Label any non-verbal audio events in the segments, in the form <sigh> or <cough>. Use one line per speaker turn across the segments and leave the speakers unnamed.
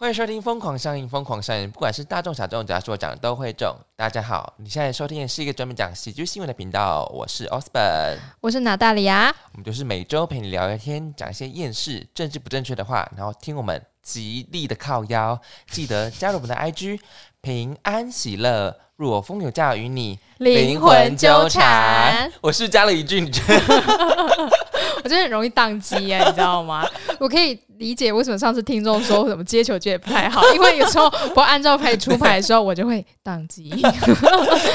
欢迎收听《疯狂上映》，疯狂上映，不管是大众小众，只要是我讲的都会中。大家好，你现在收听的是一个专门讲喜剧新闻的频道，我是 Osborn，
我是娜大里亚，
我们就是每周陪你聊聊天，讲一些厌世、政治不正确的话，然后听我们极力的靠腰。记得加入我们的 IG，平安喜乐，若风有假与你。灵魂纠缠。我是加了一句，你觉得
我真的很容易宕机啊，你知道吗？ <laughs> 我可以理解为什么上次听众说什么接球接得不太好，因为有时候不按照牌出牌的时候，我就会宕
<laughs>
机。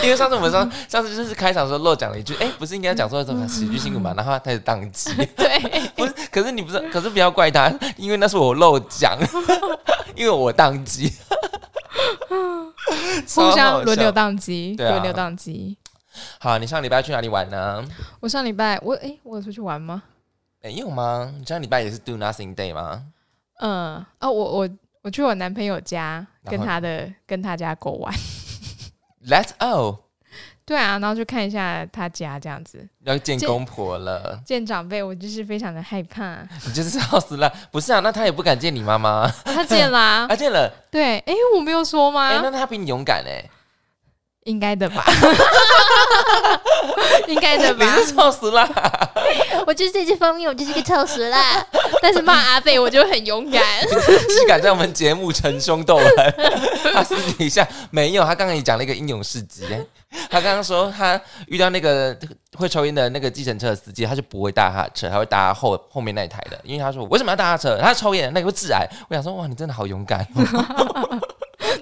因为上次我们上上次就是开场的时候漏讲了一句，哎、不是应该讲说什么喜剧新闻 <laughs> 嘛，然后他就宕机。
对，
<laughs> 不是，可是你不是，可是不要怪他，因为那是我漏讲， <laughs> 因为我宕机，
互
超好
相轮流
笑。
宕机，
对啊
轮流宕机。
好，你上礼拜去哪里玩呢？
我上礼拜我诶，我有出去玩吗？
没有吗？你上礼拜也是 Do Nothing Day 吗？
嗯，哦，我我我去我男朋友家
然后
跟他的跟他家狗玩。
Let's go，
<laughs> 对啊，然后就看一下他家这样子。
要见
见
公婆了，
见长辈，我就是非常的害
<laughs>
怕。
你就是要死了。不是啊，那他也不敢见你妈妈，
他见啦、
啊见了，
对，诶，我没有说吗？
哎、那他比你勇敢哎、
应该
<laughs>
的吧，应该的吧
你。是臭死了，
<laughs> 我就是在这方面，我就是个臭死啦。但是骂阿贝，我就很勇敢。
<laughs> 是敢在我们节目逞凶斗狠。 <laughs> 他私底下没有，他刚刚也讲了一个英勇事迹。他刚刚说他遇到那个会抽烟的那个计程车的司机，他就不会搭他的车，他会搭他后后面那一台的，因为他说我为什么要搭他车？他抽烟，那个会致癌。 <laughs> 我想说哇，你真的好勇敢，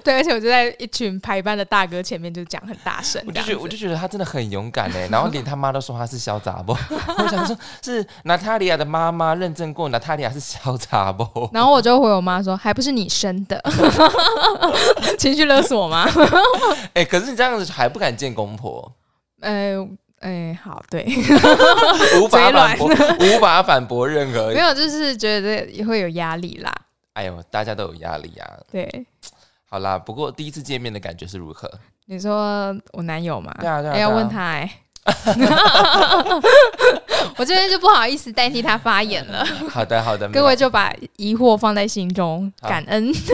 对，而且我就在一群排班的大哥前面就讲很大声，
我就
这样
觉得我
子。
就觉得他真的很勇敢哎。然后连他妈都说他是小杂包，我想说是娜塔莉亚的妈妈认证过娜塔莉亚是小杂 <laughs> 包。
然后我就回我妈说：“还不是你生
<laughs>
的，情绪勒索吗
哎、可是你这样子还不敢见公婆。？”
呃，哎，好，对，
无法反驳，无法反驳任何
没。有，就是觉得会有压力啦。
哎呦，大家都有压力啊。
对，
好啦，不过第一次见面的感觉是如
<laughs>
何？
你说我男友嘛，
对啊对啊
哎要
对啊
问
<laughs>
他哎、 <laughs> 我这边就不好意思代替他发言了。
好的，好的，
各位就把疑惑放在心中，
好
感恩。 <laughs>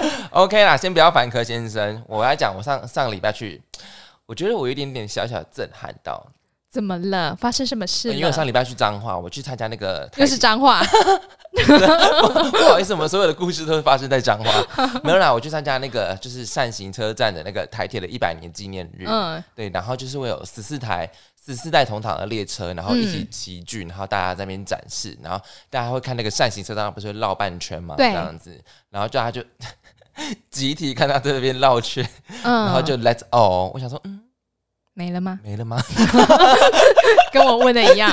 没有 OK 啦，先不要反柯先生。我来讲，我上上礼拜去，我觉得我有一点点小小震撼到，
怎么了？发生什么事
哦因为我上
了？
礼拜去彰化，我去参加那个台 <laughs>
<laughs> 又是脏话，
不好意思，我们所有的故事都是发生在彰
<laughs>
化。没有啦，我去参加那个就是善行车站的那个台铁的一百年纪念日。
嗯，
对，然后就是会有十四台十四代同堂的列车，然后一
嗯
起齐聚，然后大家在那边展示，然后大家会看那个扇形车上不是会绕半圈嘛，这
对
样子，然后就他就 <laughs> 集体看他在那边绕圈，
嗯，
然后就 Let's all，我想说，嗯，
没了吗？ <laughs>
没了吗？ <laughs>
跟我问的一样，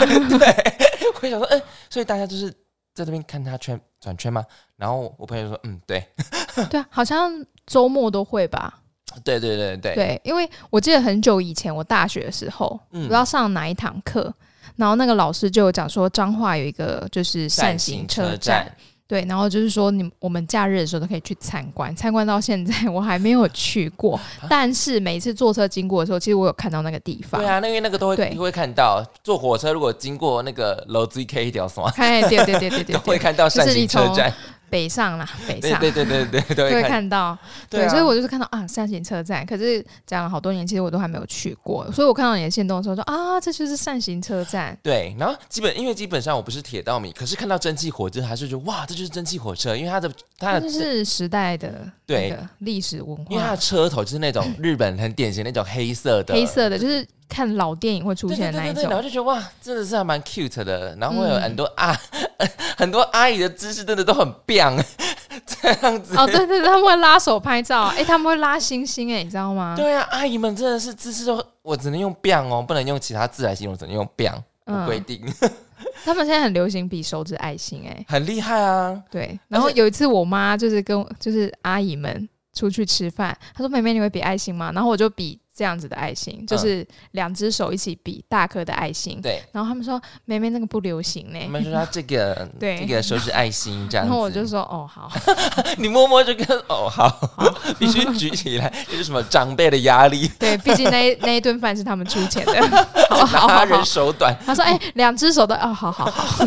我想说，嗯，所以大家就是在这边看他圈转圈吗？然后我朋友说，嗯，对，
对啊，好像周末都会吧？
对对对对，
对，因为我记得很久以前，我大学的时候，
嗯
不知道上哪一堂课，然后那个老师就有讲说，彰化有一个就是
扇
扇
形
形
车
车站
站，。
对，然后就是说你，我们假日的时候都可以去参观，参观到现在我还没有去
<laughs>
过，
啊
但是每一次坐车经过的时候，其实我有看到那个地方。
对啊，那因为那个都会
对
会看到，坐火车如果经过那个楼 ZK 一条什么，
哎，对对对对对
都会
对，
看到
就是
扇形
你
车
从
站。
北上啦，北
对
上
对对对对，
<laughs>
都
就
会
会
看。
看到。
对啊
所以我就是看到啊，扇形车站，可是讲了好多年，其实我都还没有去过，所以我看到你的线动的时候说啊，这就是扇形车站。
对，然后基本因为基本上我不是铁道迷，可是看到蒸汽火车还是觉得哇，这就是蒸汽火车，因为它的它
它
的
就。是时代的
对
那个历史文
因为它
化
的，车头就是那种日本很典型那种黑色的，
黑色的，就是看老电影会出
对对
现的
对
那一
对
种嗯
对，然。后就觉得哇，真的是还蛮 cute 的，然后会有很多啊、很多阿姨的姿势真的都很棒，
啊
这样子。
哦，对对，对他们会拉手拍照，哎、他们会拉星星，哎，你知道吗？
对啊，阿姨们真的是姿势都，我只能用 biang 哦，不能用其他字来形容，只能用 biang，我
嗯
规定、 <laughs>
他们现在很流行比手指爱心，哎，
很厉害啊。
对。然后有一次，我妈就是跟我就是阿姨们出去吃饭，她说：“妹妹，你会比爱心吗？”然后我就比这样子的爱心，
嗯
就是两只手一起比大颗的爱心。
对，
然后他们说：“妹妹那个不流行呢、
我们就说这个
嗯 <laughs> 对
这个手指爱心这样
然
子，
后我就说：“哦，好。 <laughs>
你摸摸这个哦，好， <laughs> 必须举起来，这是什么长辈的压力”，
对，毕竟那一那一顿饭是他们出钱的。 <laughs>
<laughs>
好好
他
好
人
好。
手短，
他说：“哎、两只手的哦，好好 <laughs> 好，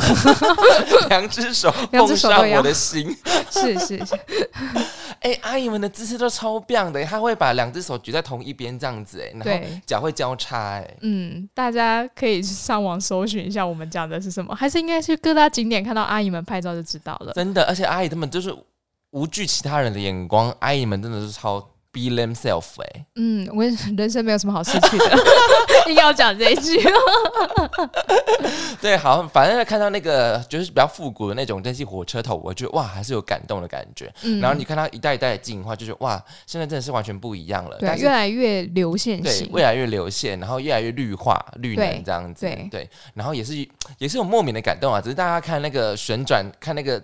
两只手
<laughs> 两
碰
只手
上
都要
我的心。
是是是，
哎、阿姨们的姿势都超棒的，她会把两只手举在同一边这样子，哎，然后
对，
脚会交叉，哎，
嗯，大家可以上网搜寻一下我们讲的是什么，还是应该去各大景点看到阿姨们拍照就知道了。
真的，而且阿姨她们就是无惧其他人的眼光，阿姨们真的是超 be themselves，哎，
嗯，我也人生没有什么好失去的，硬要讲这一句。
对，好，反正看到那个就是比较复古的那种蒸汽火车头，我觉得哇，还是有感动的感觉。
嗯，
然后你看它一代一代的进化，就是哇，现在真的是完全不一样了。
对啊
但是
越来越流线
对，
型，
越来越流线，然后越来越绿化、绿能
对
这样子，
对
然后也是也是有莫名的感动啊。只是大家看那个旋转，看那个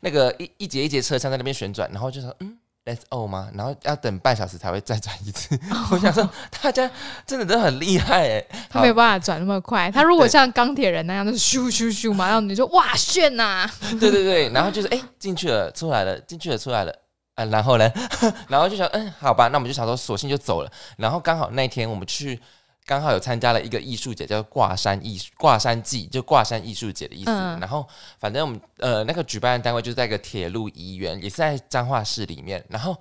那个一一节一节车厢在那边旋转，然后就说嗯。Let's all 吗？然后要等半小时才会再转一次。 <laughs> 我想说，大家真的都很厉害哎、
他没有办法转那么快。他如果像钢铁人那样，就是咻咻咻嘛，然后你就哇炫呐、
对对对，然后就是哎，进去了，出来了，进去了，出来了。啊，然后呢？ <laughs> 然后就想，嗯，好吧，那我们就想说，索性就走了。然后刚好那天我们去，刚好有参加了一个艺术节，叫挂山艺术挂山季，就挂山艺术节的意思。
嗯
然后反正我们呃那个举办单位就是在一个铁路医院，也是在彰化市里面。然后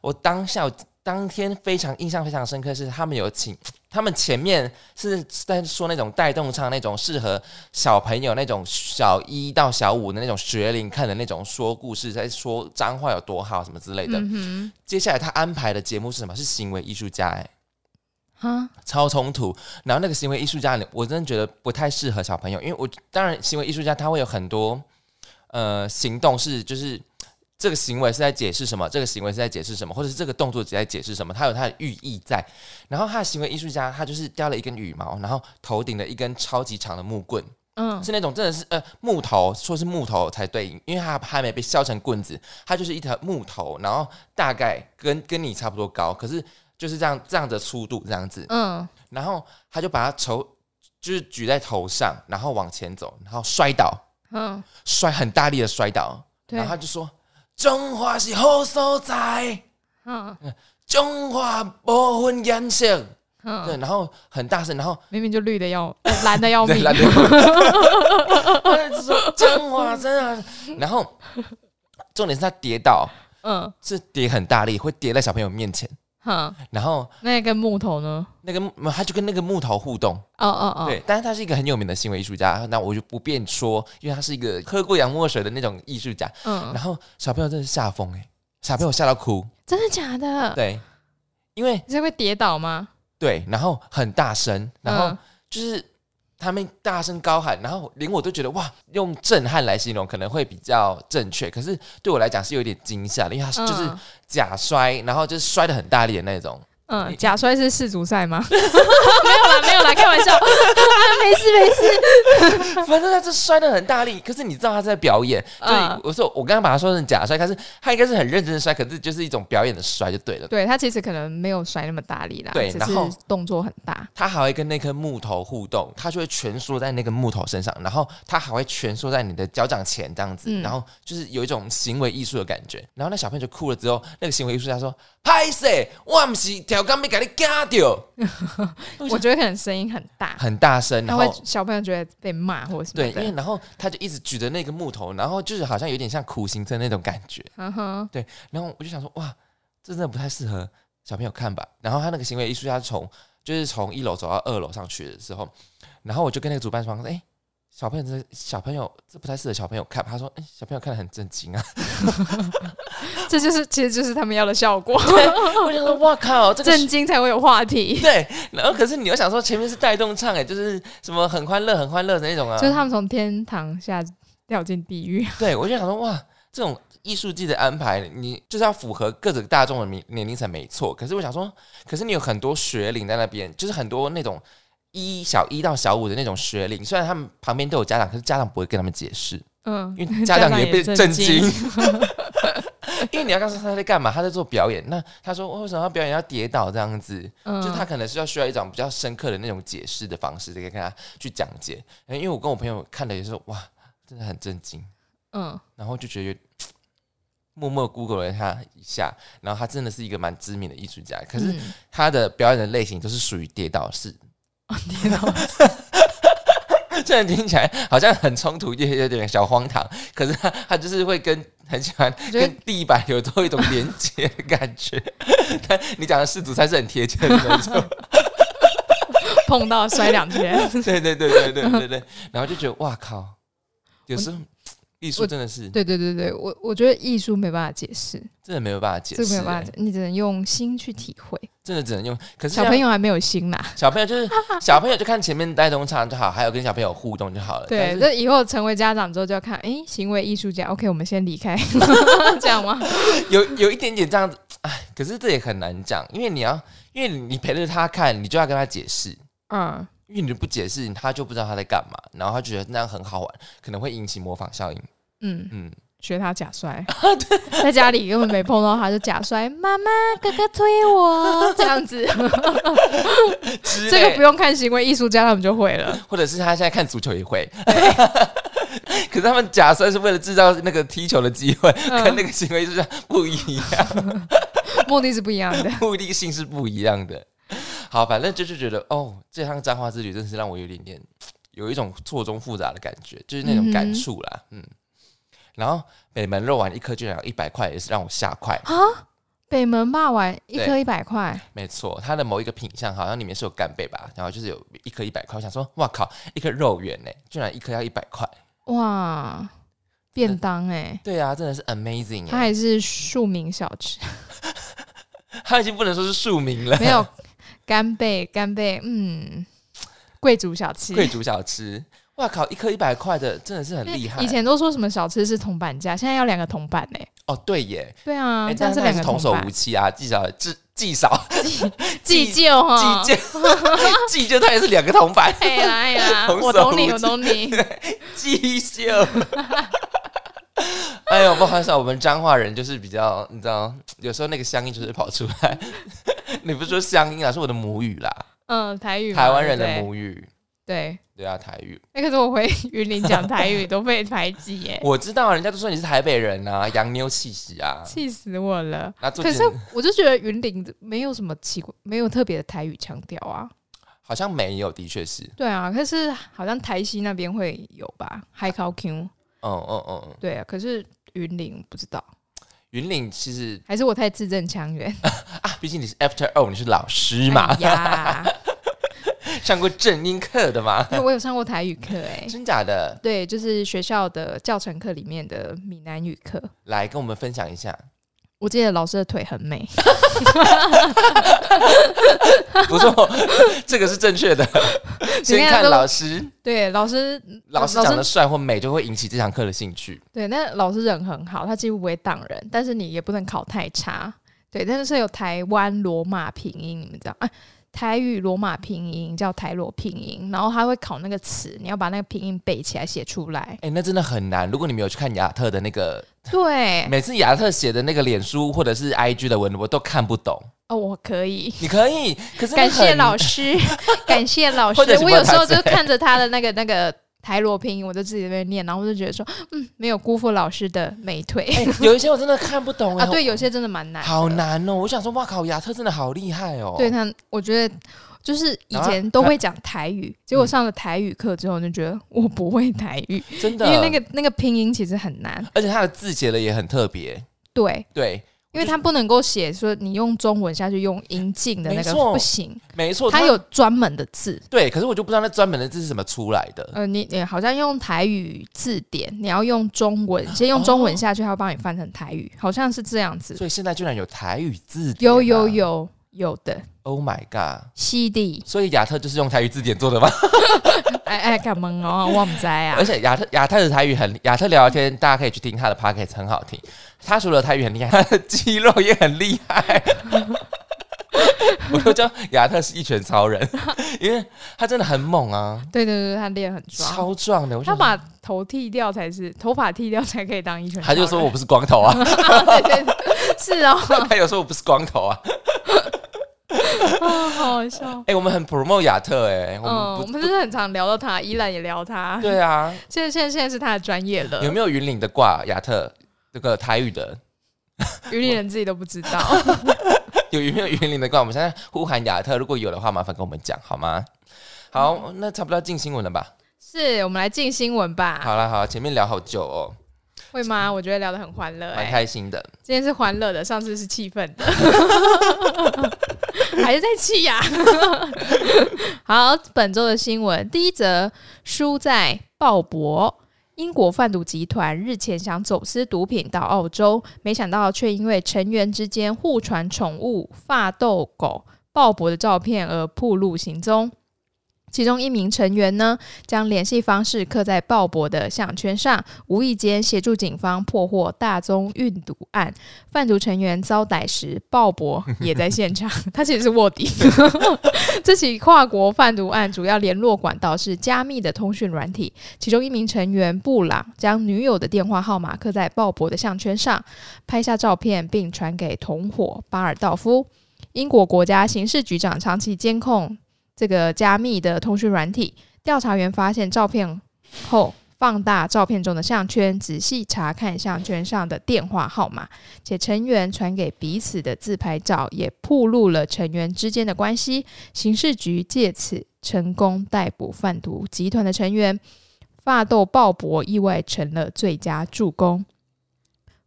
我当下当天非常印象非常深刻是他们有请他们前面是在说那种带动唱那种适合小朋友那种小一到小五的那种学龄看的那种说故事，在说脏话有多好什么之类的。
嗯
接下来他安排的节目是什么？是行为艺术家、哎，
哼，啊，
超冲突。然后那个行为艺术家，我真的觉得不太适合小朋友，因为我当然行为艺术家他会有很多呃行动是就是。这个行为是在解释什么？这个行为是在解释什么？或者是这个动作只在解释什么？它有它的寓意在。然后他的行为艺术家，他就是叼了一根羽毛，然后头顶了一根超级长的木棍，
嗯，
是那种真的是呃木头，说是木头才对，因为它还没被削成棍子，它就是一条木头，然后大概跟跟你差不多高，可是就是这样这样的粗度这样子，
嗯，
然后他就把它头就是举在头上，然后往前走，然后摔倒，
嗯，
摔很大力的摔倒，
对
然后他就说：“中华是好所在，
嗯，
中华不分颜色。”对，
嗯，
然后很大声，然后
明明就绿的要，呃蓝的要
对，
命， <laughs>
懒得。他就说真话真啊，然后重点是他跌倒
嗯，
是跌很大力，会跌在小朋友面前，
哼，
然后
那根木头呢？
那个木他就跟那个木头互动，
哦哦哦，
对，但是他是一个很有名的行为艺术家，那我就不便说，因为他是一个喝过洋墨水的那种艺术家，
嗯，
然后小朋友真的是吓疯哎、小朋友吓到哭，
真的假的？
对，因为
你是会跌倒吗？
对，然后很大声，然后
嗯
就是他们大声高喊，然后连我都觉得哇，用震撼来形容可能会比较正确，可是对我来讲是有点惊吓的，因为他是就是
嗯
假摔，然后就是摔得很大力的那种。
嗯，假摔是世足赛吗？没有啦，没有啦，开玩笑，没事没事。
反正他是摔得很大力，可是你知道他是在表演，就是
嗯
我说我刚刚把他说成假摔，可是他应该是很认真的摔，可是就是一种表演的摔就对了。
对他其实可能没有摔那么大力啦，
对
只
然后
是动作很大。
他还会跟那颗木头互动，他就会蜷缩在那个木头身上，然后他还会蜷缩在你的脚掌前这样子，
嗯
然后就是有一种行为艺术的感觉。然后那小朋友就哭了之后，那个行为艺术家说：“拍死，我不是调岗没给你夹掉，
我觉得可能声音很大，
很大声。”然
他会
后
小朋友觉得被骂或者什
对，
么
因为
的。
然后他就一直举着那个木头，然后就是好像有点像苦行僧那种感觉。
嗯哼，
然后我就想说，哇，这真的不太适合小朋友看吧。然后他那个行为艺术家从就是从一楼走到二楼上去的时候，然后我就跟那个主办方说，哎、小朋友这小朋友这不太适合小朋友看吧。他说，哎、小朋友看得很震惊啊。 <laughs>
这就是其实就是他们要的
<laughs>
效果，
我就说，哇靠，哦这个
<laughs> 震惊才会有话题。
对。然后可是你又想说，前面是带动唱、哎，就是什么很欢乐、很欢乐的那种啊。
就是他们从天堂下掉进地狱，
对，我就想说，哇，这种艺术季的安排，你就是要符合各种大众的年年龄层，没错。可是我想说，可是你有很多学龄在那边，就是很多那种一小一到小五的那种学龄，虽然他们旁边都 <laughs> 有家长，可是家长不会跟他们解释，
嗯，
<laughs> 因为家长也被震惊。因为你要告诉他在干嘛，他在做表演。那他说哦为什么要表演要跌倒这样子？
嗯，
就他可能是要需要一种比较深刻的那种解释的方式，再跟他去讲解。嗯因为我跟我朋友看的也是哇，真的很震惊，
嗯，
然后就觉得有默默 Google 了他一下，然后他真的是一个蛮知名的艺术家，可是
嗯
他的表演的类型都是属于跌倒式。 <laughs>
跌倒
虽然听起来好像很冲突，也有点小荒唐，可是他他就是会跟很喜欢
觉得
跟地板有做一种连接的感觉。 <laughs> 但你讲的世足才是很贴切的
<laughs>
那种，
<laughs> 碰到摔两
<laughs>
圈。
对对对对对对对，然后就觉得哇靠，有时候艺术真的是
对对对对，我我觉得艺术没办法解释，
真的没有办法解
这个
释、
没有办法
欸
解，你只能用心去体会。
真的只能用。可是啊
小
要
朋友还没有心呐，
小朋友就是小朋友就看前面带动唱就好，还有跟小朋友互动就好了。但
对，
是
这以后成为家长之后就要看，诶，行为艺术家，OK，我们先离
<laughs>
开，这样吗？
有有一点点这样子，哎，可是这也很难讲，因为你要，因为你你陪着他看，你就要跟他解释，
嗯，
因为你不解释，他就不知道他在干嘛，然后他觉得那样很好玩，可能会引起模仿效应。
嗯，
嗯，
学他
<laughs>
假摔，在家里根本没碰到他就假摔，妈妈哥哥推我这样
<laughs>
子，
之
这个
类
不用看行为艺术家他们就会了。
或者是他现在看足球也
<laughs>
会。可是他们假设是为了制造那个踢球的机会，跟那
嗯，
个行为就是不一样。
目的是不一样的。
<laughs> 目的性是不一样的。好，反正就是觉得哦，这趟彰化之旅真是让我有点点有一种错综复杂的感觉，就是那种感触啦。嗯然后北门肉丸一颗就要一百块，也是让我吓坏。
啊，北门霸丸一颗
对
一百块，
没错，它的某一个品相好像里面是有干贝吧，然后就是有一颗一百块。我想说，哇靠，一颗肉圆呢，居然一颗要一百块。
哇，便当哎、
对啊，真的是 amazing
它
哎！
还是庶民小吃，
它已经不能说是庶民了，
没有干贝，干贝，嗯，贵族小吃。
贵族小吃。哇靠，一颗一百块的真的是很厉害
以前都说什么小吃是铜板价，现在要两个铜板呢、
哦。对耶，
对啊，
哎，
这
但
样
是
是
那也
两
是
个
童
铜
叟
板
无。欺啊，至少至至少
计较哈，
计件，计件，它也是两个铜板，
哎呀哎呀，
童叟
我懂你，
无
我
欺
懂你。
<laughs> 计秀。哎呦，不好意思啊，我们彰化人就是比较，你知道，有时候那个乡音就是跑出来。 <laughs> 你不是说乡音啊，是我的母语啦，
嗯，台语嘛，
台湾人
对
的
不
母语。
对对。哎
对啊，台语
那可是我回云林讲台语都被排挤耶、
<laughs> 我知道，人家都说你是台北人啊，洋妞气息啊。
气死我了。
那最
可
近
是我就觉得云林没有什么奇怪，没有特别的台语腔调啊。
好像没有，的确是，
对啊，可是好像台西那边会有吧，High Call Q。
嗯嗯嗯嗯，
对啊，可是云林不知道，
云岭其实
还是我太字正
<laughs>
腔圆。
啊，毕竟你是 After All，你是老师嘛
哎，呀，
上过正音课的嘛，
对我有上过台语课 <laughs> 哎、
真假的，
对，就是学校的教程课里面的闽南语课。
来跟我们分享一下。
我记得老师的腿很美，
不错， <laughs> 这个是正确
<laughs>
的。先看老师，
<laughs> 对老师，
老师长得帅或美，就会引起这堂课的兴趣。
对，那老师人很好，他几乎不会挡人，但是你也不能考太差。对，但是有台湾罗马拼音，你们知道啊？台语罗马拼音叫台罗拼音，然后他会考那个词，你要把那个拼音背起来写出 <laughs> 来。
哎、那真的很难。如果你没有去看亚特的那个，
对，
每次亚特写的那个脸书或者是 IG 的文，我都看不懂。
哦，我可以。
你可以，可是那
感谢
很 <laughs>
老师，感谢老师
或者。是
我有时候
问他
就
谁
看着他的那个那个台罗拼音，我就自己在那边念，然后我就觉得说，嗯，没有辜负老师的美腿
哎、有一些我真的看不懂、哎
啊。对，有些真的蛮难的，
好难哦。我想说，哇靠，亚特真的好厉害哦。啊
对他，我觉得就是以
然后
前
他
都会讲台语，
嗯
结果上了台语课之后，就觉得我不会台语，
真
因
的，
为那个那个拼音其实很难。
而且他的字写的也很特别。
对，
对，
因为他不能够写说你用中文下去用音镜的那
没
个
错
不行，
没错，
他有专门的字。
对，可是我就不知道那专门的字是怎么出来的。
呃，你你好像用台语字典，你要用中文，先用中文下去，他会帮你翻成台语，好像是这样子。
哦所以现在居然有台语字典、啊
有有有有的，
，Oh my god！
西地，
所以亚特就是用台语字典做
<laughs>
的吗？
哎哎，干嘛哦？我唔知啊
而。且亚特亚特的台语很，亚特聊天大家可以去听他的 podcast，很好听。他除了台语很厉害，他的肌肉也很厉害。我都叫亚特是一拳超
<laughs>
人，因为他真的很猛啊，
对对对，他练很壮，
超壮的。我
他
想
把头剃掉才是头发剃掉才可以当一拳超人。
他就说我不是光头啊，
对 <laughs> 对对是哦，
<laughs> 他有说我不是光头啊。
啊好好笑。
哎、我们很 promote 亚特哎、 <laughs> 我
嗯，
们
我
不、
们真的很常聊到他，依兰也聊他。
对啊，
现在现在现在是他的专业了，
有没有云岭的挂亚特？这个台语的
云林人自己都不知
<laughs>
道。
有有没有云岭的挂？我们现在呼喊亚特，如果有的话，麻烦跟我们讲好吗？好，那差不多要进新闻了吧？
是我们来进新闻吧？
好啦，好啦，前面聊好久哦，
会吗？我觉得聊得很欢乐
蛮
哎、
开心的。
今天是欢乐的，上次是气愤 <laughs> 的，还是在气呀、 <laughs> 好，本周的新闻第一则，输在鲍勃。英国贩毒集团日前想走私毒品到澳洲，没想到却因为成员之间互传宠物发豆狗鲍勃的照片而暴露行踪。其中一名成员呢，将联系方式刻在鲍勃的项圈上，无意间协助警方破获大宗运毒案。贩毒成员遭逮时，鲍勃也在现场， <laughs> 他其实是卧底。这起跨国贩毒案主要联络管道是加密的通讯软体，其中一名成员布朗将女友的电话号码刻在鲍勃的项圈上，拍下照片并传给同伙巴尔道夫。英国国家刑事局长长期监控这个加密的通讯软体，调查员发现照片后。放大照片中的项圈，仔细查看项圈上的电话号码，且成员传给彼此的自拍照，也暴露了成员之间的关系。刑事局借此成功逮捕贩毒集团的成员，发豆鲍勃意外成了最佳助攻。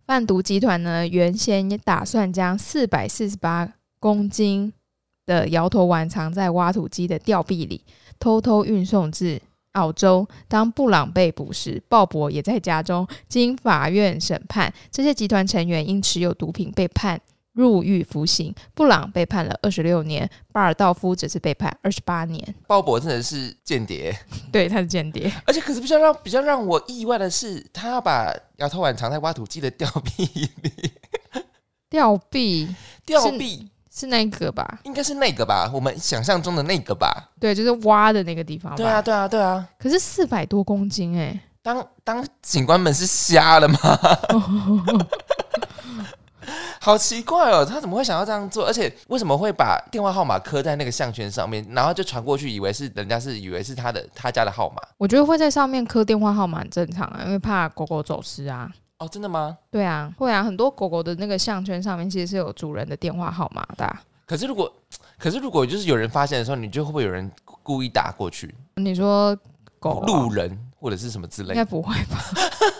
贩毒集团呢，原先也打算将四百四十八公斤的摇头丸藏在挖土机的吊臂里，偷偷运送至澳洲。当布朗被捕时，鲍勃也在家中。经法院审判，这些集团成员因持有毒品被判入狱服刑。布朗被判了二十六年，巴尔道夫则是被判二十八年。
鲍勃真的是间谍，
对，他是间谍。
而且可是比较让比较让我意外的是，他要把摇头丸藏在挖土机的吊臂里，
吊臂
吊臂
是那个吧？
应该是那个吧，我们想象中的那个吧？
对，就是挖的那个地方吧。
对啊，。对啊，对啊。
可是四百多公斤哎、
当当警官们是瞎
<laughs>
了吗？好奇怪哦，他怎么会想要这样做？而且为什么会把电话号码刻在那个项圈上面，然后就传过去，以为是人家是以为是他的他家的号码？
我觉得会在上面刻电话号码很正常啊，因为怕狗狗走失啊。
哦，真的吗？
对啊，会啊，很多狗狗的那个项圈上面其实是有主人的电话号码的啊、
可是如果可是如果就是有人发现的时候，你就会不会有人故意打过去？
你说狗啊
路人或者是什么之类
应该
的？
不会吧？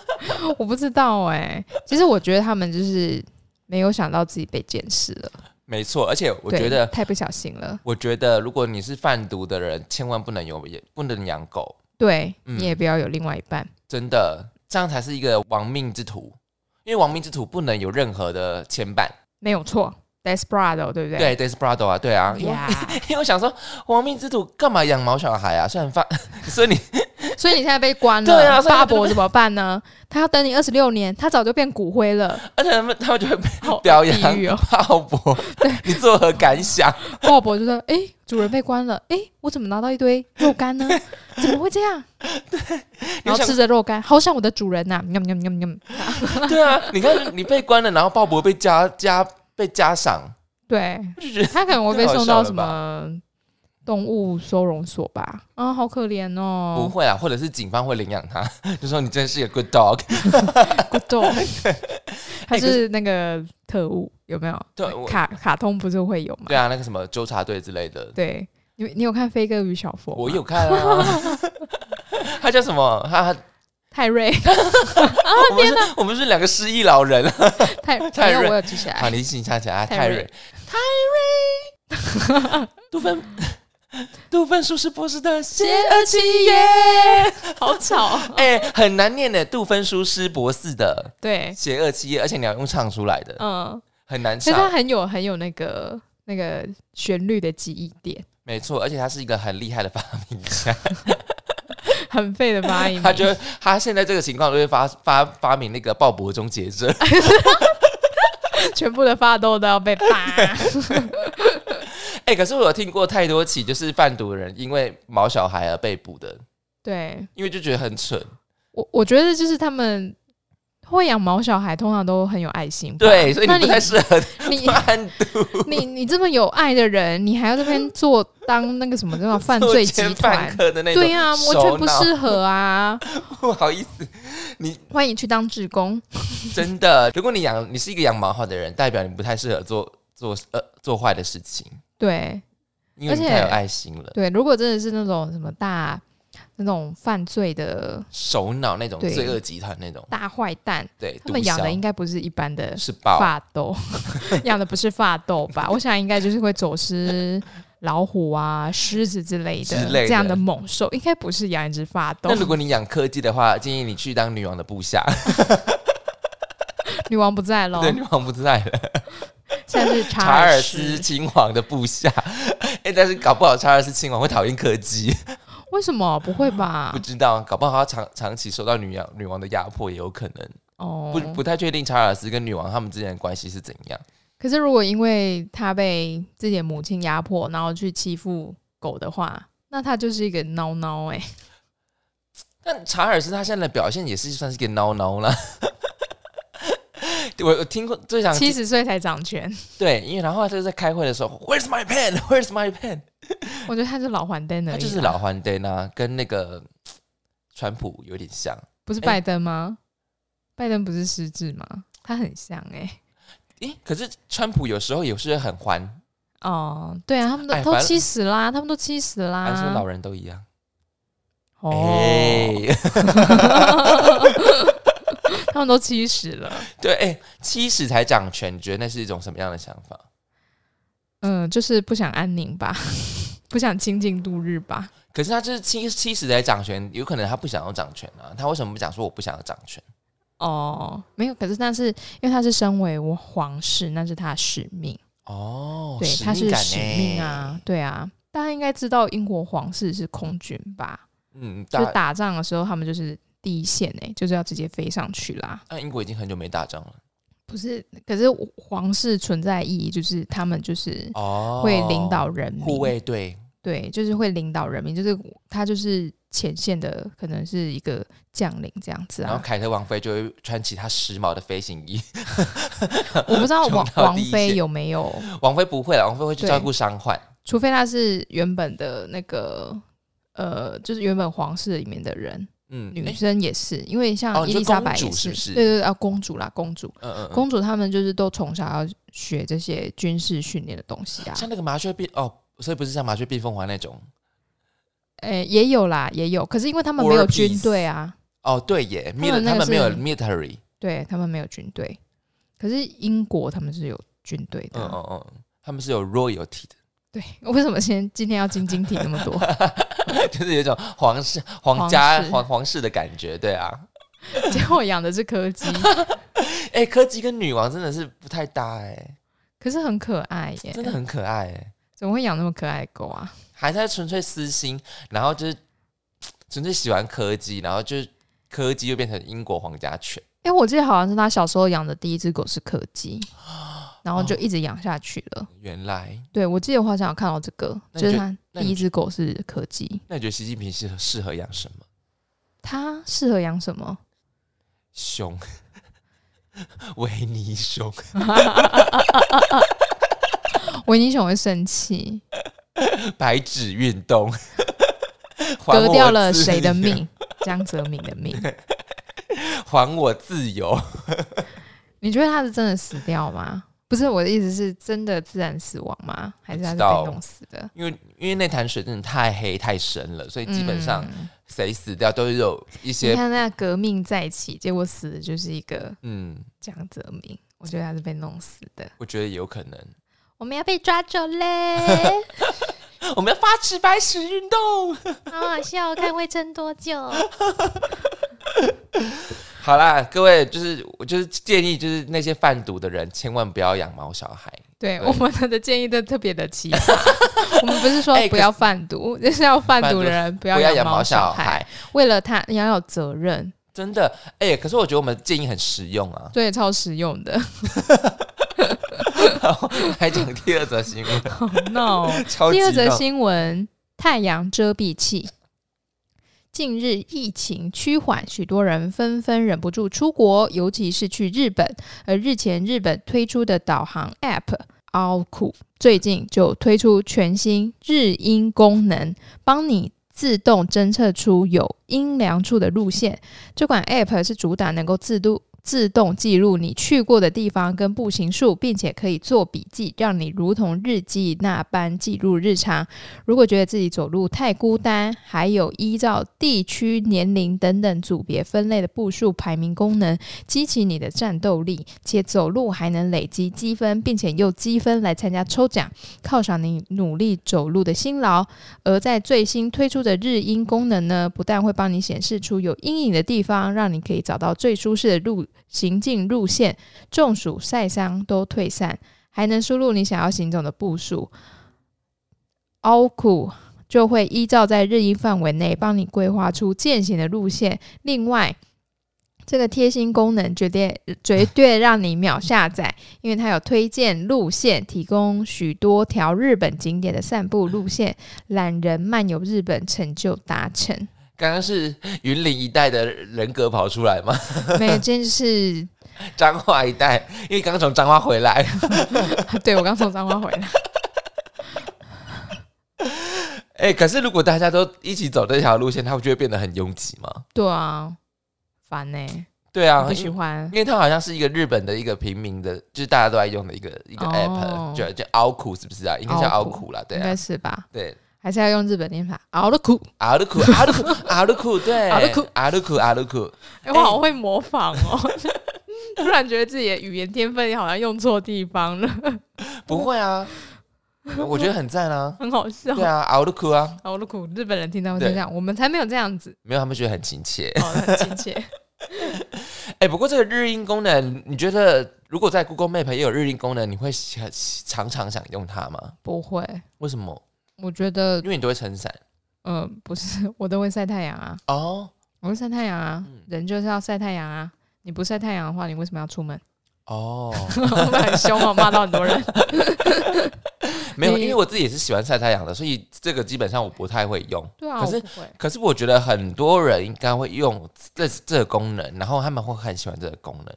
<laughs> 我不知道哎、其实我觉得他们就是没有想到自己被监视了，
没错，而且我
对
觉得，
太不小心了。
我觉得如果你是贩毒的人，千万不能有也不能养狗，
对、
嗯
你也不要有另外一半，
真的，这样才是一个亡命之徒。因为亡命之徒不能有任何的牵绊。
没有错。Desperado，对不对？
对，Desperado 啊，对啊，因为 <laughs>
呀
因为我想说，亡命之徒干嘛养毛小孩啊？虽然
<laughs>
发，所以你
所以你现在被关
<laughs>
了，
对啊所以
巴
他就
博怎么办呢？他要等你二十六年，他早就变骨灰
<laughs>
了，
而且他们他们就会被
好
表扬
地狱哦！
鲍勃， <laughs> 你作何感
<laughs>
想？
鲍勃就说：“哎、主人被关了，哎、我怎么拿到一堆肉干呢？怎么会这
<laughs>
样？”然后吃着肉干，好想我的主人呐、啊喵喵喵喵。
对啊，你看你被关了，然后鲍勃被加加被加赏，
对，
我就觉得
他可能会被
太好
送到
笑了
什么动物收容所吧？啊，好可怜
不
哦
会啊，或者是警方会领养他， <laughs> 就说你真是个 good dog。
，Good
<laughs>
dog，他
哎可是
是那个特务有没有？
对我
卡卡通不是会有吗
对？啊，那个什么纠察队之类的，
对，你你有看《飞哥与小佛》吗？
我有看啊。他叫什么？他他 <laughs>
泰瑞，
我们是我们是两个失忆老人啊！
泰
泰瑞
没有哎我有记起
好，
来。
你请想起来，
泰
泰
瑞
瑞，泰瑞，杜芬，杜芬舒斯博士的邪恶企业， <laughs>
好吵。
哎、很难念的，杜芬舒斯博士的
<laughs> 对，
邪恶企业，而且你要用唱出来的，
嗯，
很难
其实他
唱，
很有很有那个那个旋律的记忆点，
没错，而且他是一个很厉害的发明家，
很废的发音。
<laughs> 他就他现在这个情况就会发发发明那个鲍勃终结者， <laughs>
全部的发豆都要被拔。
哎、可是我有听过太多起就是贩毒的人因为毛小孩而被捕的，
对
因为就觉得很蠢。
我我觉得就是他们会养毛小孩，通常都很有爱心吧。
对， <laughs> 所以
那
你不啊太适合
你
贩毒，
你你这么有爱的人，你还要这边做当那个什么叫犯罪集
奸
团
犯？科的那种。
对呀、完全不适合啊！
不 <laughs> 好意思，
欢迎去当志工，
真的。如果你养你是一个养毛孩的人，代表你不太适合做做呃做坏的事情，
对
因为你啊
而且
太有爱心了。
对，如果真的是那种什么大那种犯罪的
首脑那种
对
罪恶集团那种，
大坏蛋，
对，
他
毒
们
枭
养的应该不是一般的
是豹，
发豆， <laughs> 养的不是发豆
<laughs>
吧？我想应该就是会走失老虎啊、狮子之类的
之类的
这样的猛兽，应该不是养一只发豆
那。如果你养科技的话，建议你去当女王的部 <laughs> 下。
女王不在喽，
对，女王不在了，
现在是
查尔
尔
斯。亲王的部下。 <laughs> 哎、但是搞不好查尔斯亲王会讨厌柯基，
为什么不会吧
不？知道，搞不好他长长期受到女王女王的压迫也有可能。
哦，
不不太确定查尔斯跟女王他们之间的关系是怎样。
可是如果因为他被自己的母亲压迫，然后去欺负狗的话，那他就是一个孬孬哎。
但查尔斯他现在的表现也是算是个孬孬啦。 <laughs> 我我听过最想
七十岁才掌权，
对，因为然后他就在开会的时候，Where's my pen? Where's my pen?
我觉得他是老欸还灯而
他
已啦，
就是老还灯啊，跟那个嘖川普有点像，
不是
哎
拜登吗？拜登不是失智吗？他很像哎、
诶、可是川普有时候也是很还，
哦，对啊，他们都
哎
都
反正
七十啦，他们都七十啦。
还是老人哎都一样。
啊哦， <laughs>
诶 <laughs>
他们都七十了。
对，哎，七十才掌权，你觉得那是一种什么样的想法？
嗯，就是不想安宁吧， <laughs> 不想清静度日吧。
可是他就是七七十才掌权，有可能他不想要掌权啊。他为什么不讲说我不想要掌权？
哦，没有，可是但是因为他是身为我皇室，那是他的使命，
哦，
对，
使
他
命
是
感欸哎
使
呢
命啊，。对啊。大家应该知道英国皇室是空军吧？
嗯，
就
大
是打仗的时候，他们就是第一线诶、就是要直接飞上去啦。
那、英国已经很久没打仗了
不是，可是皇室存在意义就是他们就是
哦，
嗯会领导人民，
护卫队，
对，就是会领导人民，就是他就是前线的，可能是一个将领这样子
然后
啊。
凯特王妃就会穿起她时髦的飞行衣。
我
<laughs>
不知道
冲
王
到
王
第一
妃
线
有没有，
王妃不会了，王妃会去照顾伤患。
除非他是原本的那个呃，就是原本皇室里面的人，
嗯，
女
诶
生也是，因为
哦
像
你
伊
说
丽莎白
公主
也
是不是
对对对啊，公主啦，公主，
嗯嗯嗯，
公主她们就是都从小要学这些军事训练的东西啊。
像那个麻雀变哦，所以不是像麻雀变凤凰那种
诶、呃也有啦，也有，可是因为他们没
War
有
and
军
Peace
队啊，
哦，对耶，
们那
mil
个
他们没有
是
military，
对他们没有军队，可是英国他们是有军队
嗯
的啊、
嗯嗯，他们是有 royalty
对，为什么先今天要晶晶体那么多？ <laughs>
的， <laughs> 就是有一种皇室、皇家
皇、室
皇皇室的感觉，对啊。
结果我养的是柯基，
哎、柯基跟女王真的是不太搭哎、
可是很可爱耶，
真的很可爱哎、
怎么会养那么可爱的狗啊？
还在纯粹私心，然后就是纯粹喜欢柯基，然后就是柯基又变成英国皇家犬。
哎、我记得好像是他小时候养的第一只狗是柯基，
啊
然后
哦
就一直养下去了。
原来，
对，我记得我好像有看到这个，
那你
就是
觉
他
那
第
你
一
觉
只狗是柯基，
那你觉得习近平适合适合养什么？
它适合养什么？ <gasps>
熊， <laughs> 维尼熊。
维尼熊会生气，
白纸运动， <laughs> 还
割
我
掉了
自由
谁的？命？江泽民的命。
<laughs> 还我自由！
你觉得他是真的死掉吗？不是我的意思是真的自然死亡吗？还是他是
不知道
被弄死的？
因为因为那潭水真的太黑太深了，所以基本上
嗯
谁死掉都有一
你
些
看那革命再起，结果死的就是一个
嗯，
江泽民，我觉得他是被弄死的。
我觉得有可能。
我们要被抓走嘞，
我们要发起白纸运动。
好好笑，看会撑多久？
好啦，各位，就是我就是建议，就是那些贩毒的人，千万不要养毛小孩。
对，
对
我们的建议都特别的奇葩。 <laughs> 我们不是说
哎
不
可
要贩毒， <laughs> 就是要贩毒的人不
不
要
要养毛
毛小
小
孩。
孩，
为了他，你要有责任，
真的。 <laughs> 哎、可是我觉得我们建议很实用啊。
对，超实用的。
好，来讲第二则新闻，
Oh no！
超级
第二则
闹
新闻：太阳遮蔽器。近日疫情趋缓，许多人纷纷忍不住出国，尤其是去日本。而日前日本推出的导航 App Aoku 最近就推出全新日音功能，帮你自动侦测出有阴凉处的路线。这款 App 是主打能够自动自动记录你去过的地方跟步行数，并且可以做笔记，让你如同日记那般记录日常。如果觉得自己走路太孤单，还有依照地区、年龄等等组别分类的步数排名功能，激起你的战斗力，且走路还能累积积分，并且用积分来参加抽奖，犒赏你努力走路的辛劳。而在最新推出的日阴功能呢，不但会帮你显示出有阴影的地方，让你可以找到最舒适的路行进路线，中暑、晒伤都退散，还能输入你想要行走的步数。凹酷就会依照在日阴范围内帮你规划出践行的路线。另外，这个贴心功能绝对绝对让你秒下载，因为它有推荐路线，提供许多条日本景点的散步路线，懒人漫游日本成就达成。
刚刚是云林一带的人格跑出来吗？ <laughs>
没有，真是 <laughs>
彰化一带，因为刚从彰化回来。
对我刚从彰化回来，
哎、可是如果大家都一起走这条路线，它不就会变得很拥挤吗？
对啊，烦呢、
对啊，
不
因
喜欢
因。为它好像是一个日本的一个平民的，就是大家都在用的一个一个
哦
app，、就叫凹苦是不是啊？应该叫凹苦啦，对
应
啊
该，是吧？
对，
还是要用日本念法，熬的苦。
阿鲁苦，阿鲁 <laughs> 苦，阿鲁苦，
<laughs>
对，
阿鲁库
阿鲁苦，阿鲁苦，
<laughs> 哎、我好会模仿哦， <laughs> 突然觉得自己的语言天分好像用错地方 <laughs> 了，
不会啊，我觉得很赞啊，
很好笑
对。啊，阿鲁苦啊，
熬的苦，日本人听到会
对
这样，我们才没有这样 <laughs> 子，
没有他们觉得很亲切。
哦，很亲切。
哎、不过这个日音功能，你觉得如果在 Google Map 也有日音功能，你会想常常想用它吗？
不会，
为什么？
我觉得
因为你都会撑伞
呃，不是， <laughs> 我都会晒太阳啊，
哦
我会晒太阳啊，
嗯
人就是要晒太阳啊。你不晒太阳的话，你为什么要出 <laughs> 门？
哦，
很凶哦，骂到很多人。
没有，
你
因为我自己也是喜欢晒太阳的，所以这个基本上我不太会用。
对啊，
可是
我不会，
可是我觉得很多人应该会用这这个功能，然后他们会很喜欢这个功能。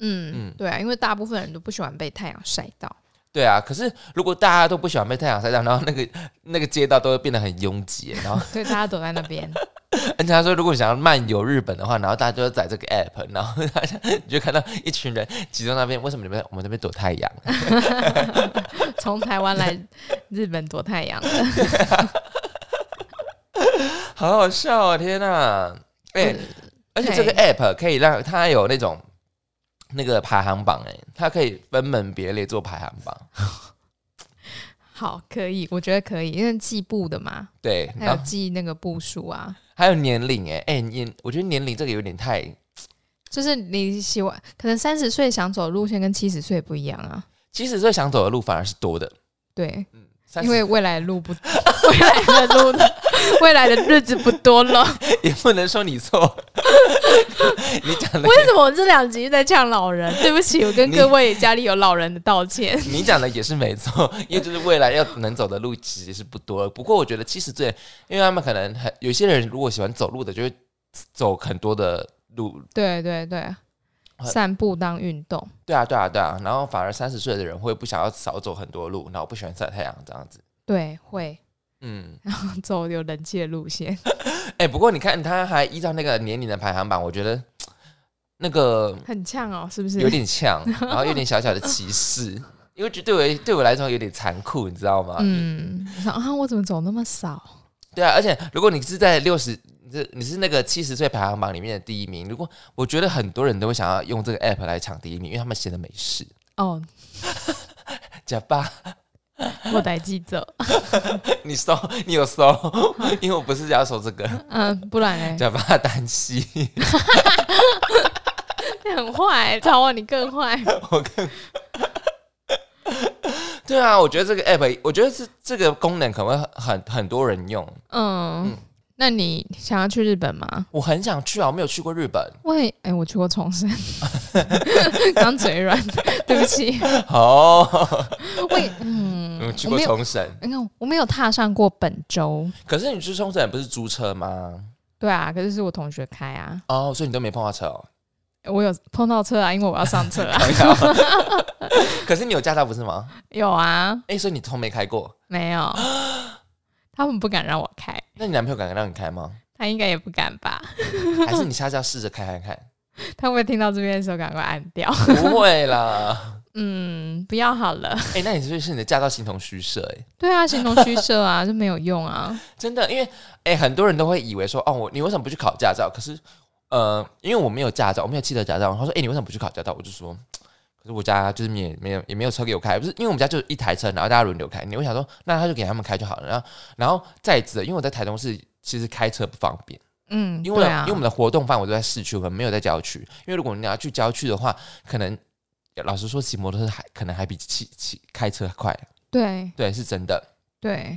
嗯
嗯
对啊，因为大部分人都不喜欢被太阳晒到。
对啊，可是如果大家都不喜欢被太阳晒到，然后那个 <laughs> 那个街道都会变得很拥挤。然后，
对，大家躲在那边， <laughs>
而且他说，如果你想要漫游日本的话，然后大家就要载这个 app，然后大家你就看到一群人集中那边，为什么你们我们那边躲太阳？ <laughs>
从台湾来日本躲太阳的。
好好笑哦！天哪，哎、
嗯
而且这个 app 可以让它有那种那个排行榜、哎，它可以分门别类做排行榜，
好，可以，我觉得可以，因为记步的嘛，
对，
还
然
有
后
记那个步数啊，
还有年龄、哎，哎，年，我觉得年龄这个有点太，
就是你喜欢，可能三十岁想走的路线跟七十岁不一样啊。
七十岁想走的路反而是多的，
对，
嗯，三
因
十
为未来的路不， <laughs> 未来的路， <laughs> 未来的日子不
<laughs>
多了。
<laughs> 也不能说你错， <laughs> 你讲的
为什么我这两集在呛老人？ <laughs> 对不起，我跟各位家里有老人的道歉。
你讲的也是没错，因为就是未来要能走的路其实是不多。不过我觉得七十岁，因为他们可能很有些人如果喜欢走路的，就会走很多的路
对对对，
呃
散步当运动，
对啊，对啊，对啊。然后反而三十岁的人会不想要少走很多路，然后不喜欢晒太阳这样子。
对，会
嗯，
走有人气的路线。
哎、不过你看，他还依照那个年龄的排行榜，我觉得那个
很呛哦，是不
有
是？
点呛，然后有点小小的歧视，因为就对我对我来说有点残酷，你知道吗？嗯，
嗯，我想啊，我怎么走那么少？
对啊。而且如果你是在六十，你是你是那个七十岁排行榜里面的第一名，如果我觉得很多人都会想要用这个 app 来抢第一名，因为他们闲的没事。
哦，
假吧，
我来记者，
<laughs> 你搜，你有搜， <laughs> 因为我不是要搜这个，
<laughs> 嗯，不然哎、
假吧，单膝。 <laughs>
你很坏、欸，超我你更坏。
<laughs> 对啊，我觉得这个 app，我觉得是这个功能可能会很很多人用。
<laughs> 嗯，那你想要去日本吗？
我很想去啊，我没有去过日本。 <laughs>
我也哎、我去过冲绳，刚嘴软，对不起，
哦，
我也嗯，
嗯，去
我
过
没有，
冲绳，
你看我没有踏上过本州，
可是你去冲绳不是租车吗？
对啊，可是是我同学开啊，
哦，所以你都没碰到车
<laughs>
哦。 <laughs>
我有碰到车啊，因为我要上车啊， <laughs>
可是你有驾照不是吗？
有啊，
哎、所以你从没开过。
没有，他们不敢让我开，
那你男朋友敢让你开吗？
他应该也不敢吧？
还是你下次要试着开开
<laughs>
看？
他会不会听到这边的时候赶快按掉？
不会啦。
嗯，不要好
<laughs>
了。
哎、那你是不是你的驾照形同虚设、欸？
对啊，形同虚设啊，就没有用啊。
真的，因为哎、欸很多人都会以为说，哦，我你为什么不去考驾照？可是，呃，因为我没有驾照，我没有汽车驾照。然后说，哎、你为什么不去考驾照？我就说，可是我家就是也没有也没有车给我开，不是因为我们家就一台车，然后大家轮流开。你会想说，那他就给他们开就好了。然后，然后再一次，因为我在台中市其实开车不方便，
嗯，
因为、
对啊
因为我们的活动范围都在市区，我们没有在郊区。因为如果你要去郊区的话，可能老实说，骑摩托车还可能还比骑骑开车快。
对
对，是真的。
对，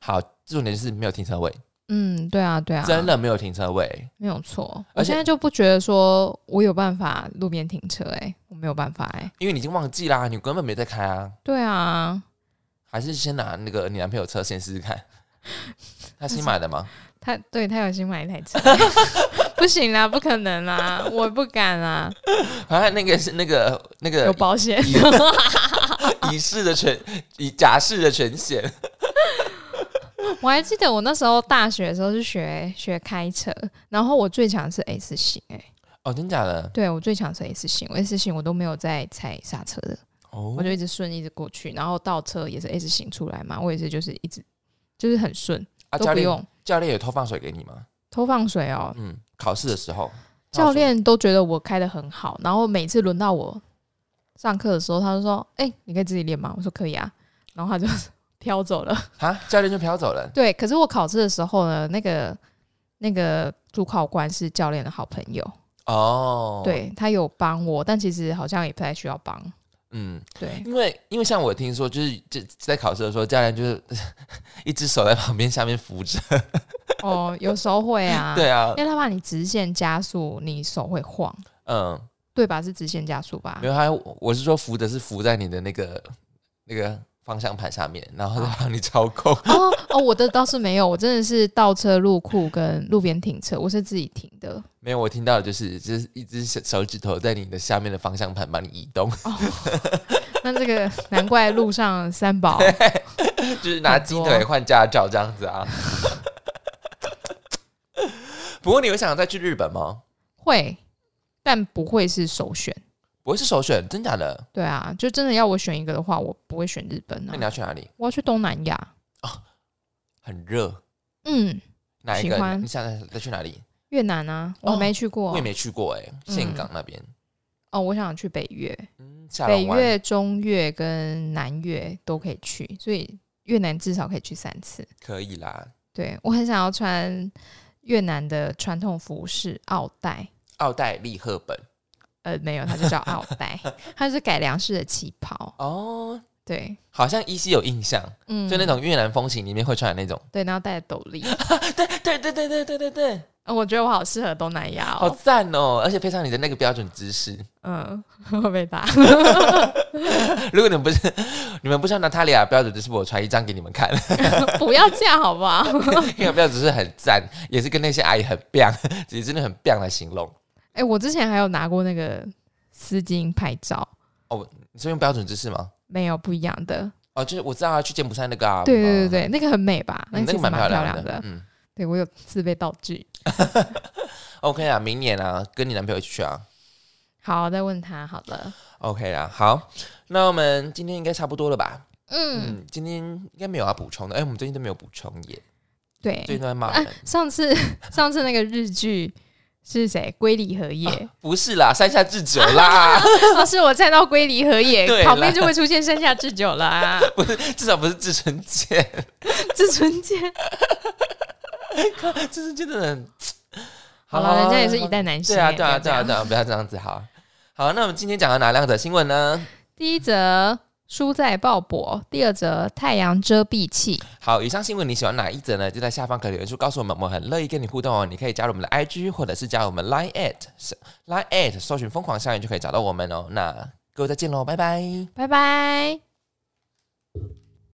好，重点是没有停车位，
嗯，对啊对啊，
真的没有停车位。
没有错。
而
我
且
现在就不觉得说我有办法路边停车、欸，哎，我没有办法、欸，哎，
因为你已经忘记啦，你根本没在开啊，
对啊，
还是先拿那个你男朋友车先试试
<laughs>
看。他新买的吗？
他对他有新买一台
<laughs>
车， <laughs> 不行啦，不可能啦，我不敢啦，
啊，那个是那个那
有
个
保险。 <laughs>
以示的权，以假释的权限。
我还记得我那时候大学的时候是学学开车，然后我最强是 S 型、欸，哎，
哦，真假的？
对我最强是 S 型，我 S 型我都没有在踩刹车的。
哦
我，就一直顺一直过去，然后倒车也是 S 型出来嘛，我也是就是一直就是很顺，
啊，
都
教
不
练
用
教练有偷放水给你吗？
偷放水哦。
嗯，考试的时候，
教练都觉得我开的很好，然后每次轮到我上课的时候，他就说：“哎、你可以自己练吗？”我说：“可以啊。”然后他就 <laughs> 飘走了。
啊，教练就飘走了。
对，可是我考试的时候呢，那个那个主考官是教练的好朋友，
哦，，
对他有帮我，但其实好像也不太需要帮。
嗯， <laughs>
对，
因为因为像我听说，就是这在考试的时候，教练就是 <laughs> 一只手在旁边下面扶着。
哦，有时候会啊，
对啊
因，为他怕你直线加速，你手会晃。
嗯，
对吧？是直线加速吧
没？有，他我是说扶的是扶在你的那个那个方向盘上面，然后再帮你操控。 <laughs>
哦哦，我的倒是没有，我真的是倒车入库跟路边停车，我是自己停的。
没有，我听到的就是就是一只手手指头在你的下面的方向盘帮你移动，
哦 <laughs> 那这个难怪路上三宝，
就是拿鸡腿换驾照这样子啊。 <laughs> 不过你有想再去日本吗？
会，但不会是首选。
不会是首选，真假的？
对啊，就真的要我选一个的话，我不会选日本
那你
啊，
要去哪里？
我要去东南亚。
很热，
嗯，
哪一个
喜？欢
你想再去哪里？
越南啊，我
哦
没去过。
我也没去过哎、欸，
嗯
岘港那边，
哦，我想去北越，
嗯，下
北
龙湾。
越、中越跟南越都可以去，所以越南至少可以去三次。
可以啦。
对我很想要穿越南的传统服饰奥黛，
奥黛丽赫本
呃，没有，它就叫奥黛， <laughs> 它是改良式的旗袍。
哦，
对，
好像依稀有印象，
嗯，
就那种越南风情里面会穿的那种。
对，然后戴着斗笠、
<laughs> 对对对对对对对，
呃我觉得我好适合东南亚
好
哦。
赞哦！而且配上你的那个标准姿势，
嗯，会被打。
<laughs> 如果你们不是你们不知道娜塔莉亚的标准姿势，我传一张给你们看， <laughs>
不要这样好不好？ <laughs>
因为标准姿势很赞，也是跟那些阿姨很 <laughs> biang，也真的很 biang 来形容。
哎、我之前还有拿过那个丝巾拍照，
你是用标准姿势吗？
没有不一样的。
哦，就是我知道啊，去柬埔寨那个啊，
对对对
嗯
对，那个很美吧？
嗯
那
那
个
个
其实
蛮漂
漂
亮
亮
的
的。。
嗯
对我有自备道具。
，OK 啊，明年啊，跟你男朋友一起去啊。
好，再问他好了。
OK 啊，好，那我们今天应该差不多了吧？
嗯，
嗯，今天应该没有要补充的。哎、我们最近都没有补充耶，
对。
最近都在骂
啊
人。，
上次 <laughs> 上次那个日剧是谁？龟梨和也，
不是啦，山下智久
<laughs>
啦，
哦，是我站到龟梨和
<laughs> 对
也
啦
旁边就会出现山下智久
<laughs>
啊啦，
不是，至少不是志村健，
志村健。
志村健真的很。
好了，人家也是一代男性
对
欸。
啊，对啊，
不
对
要这
啊，
样
对啊，不要这样子，好。好，那我们今天讲到哪两则新闻呢？
第一则，输在鲍勃。第二则，太阳遮蔽器。
好，以上新闻你喜欢哪一则呢？就在下方可留言处告诉我们，我们很乐意跟你互动哦。你可以加入我们的 IG，或者是加入我们 Line at Line at，搜寻“疯狂校园”就可以找到我们哦。那各位再见喽，拜拜。
拜拜。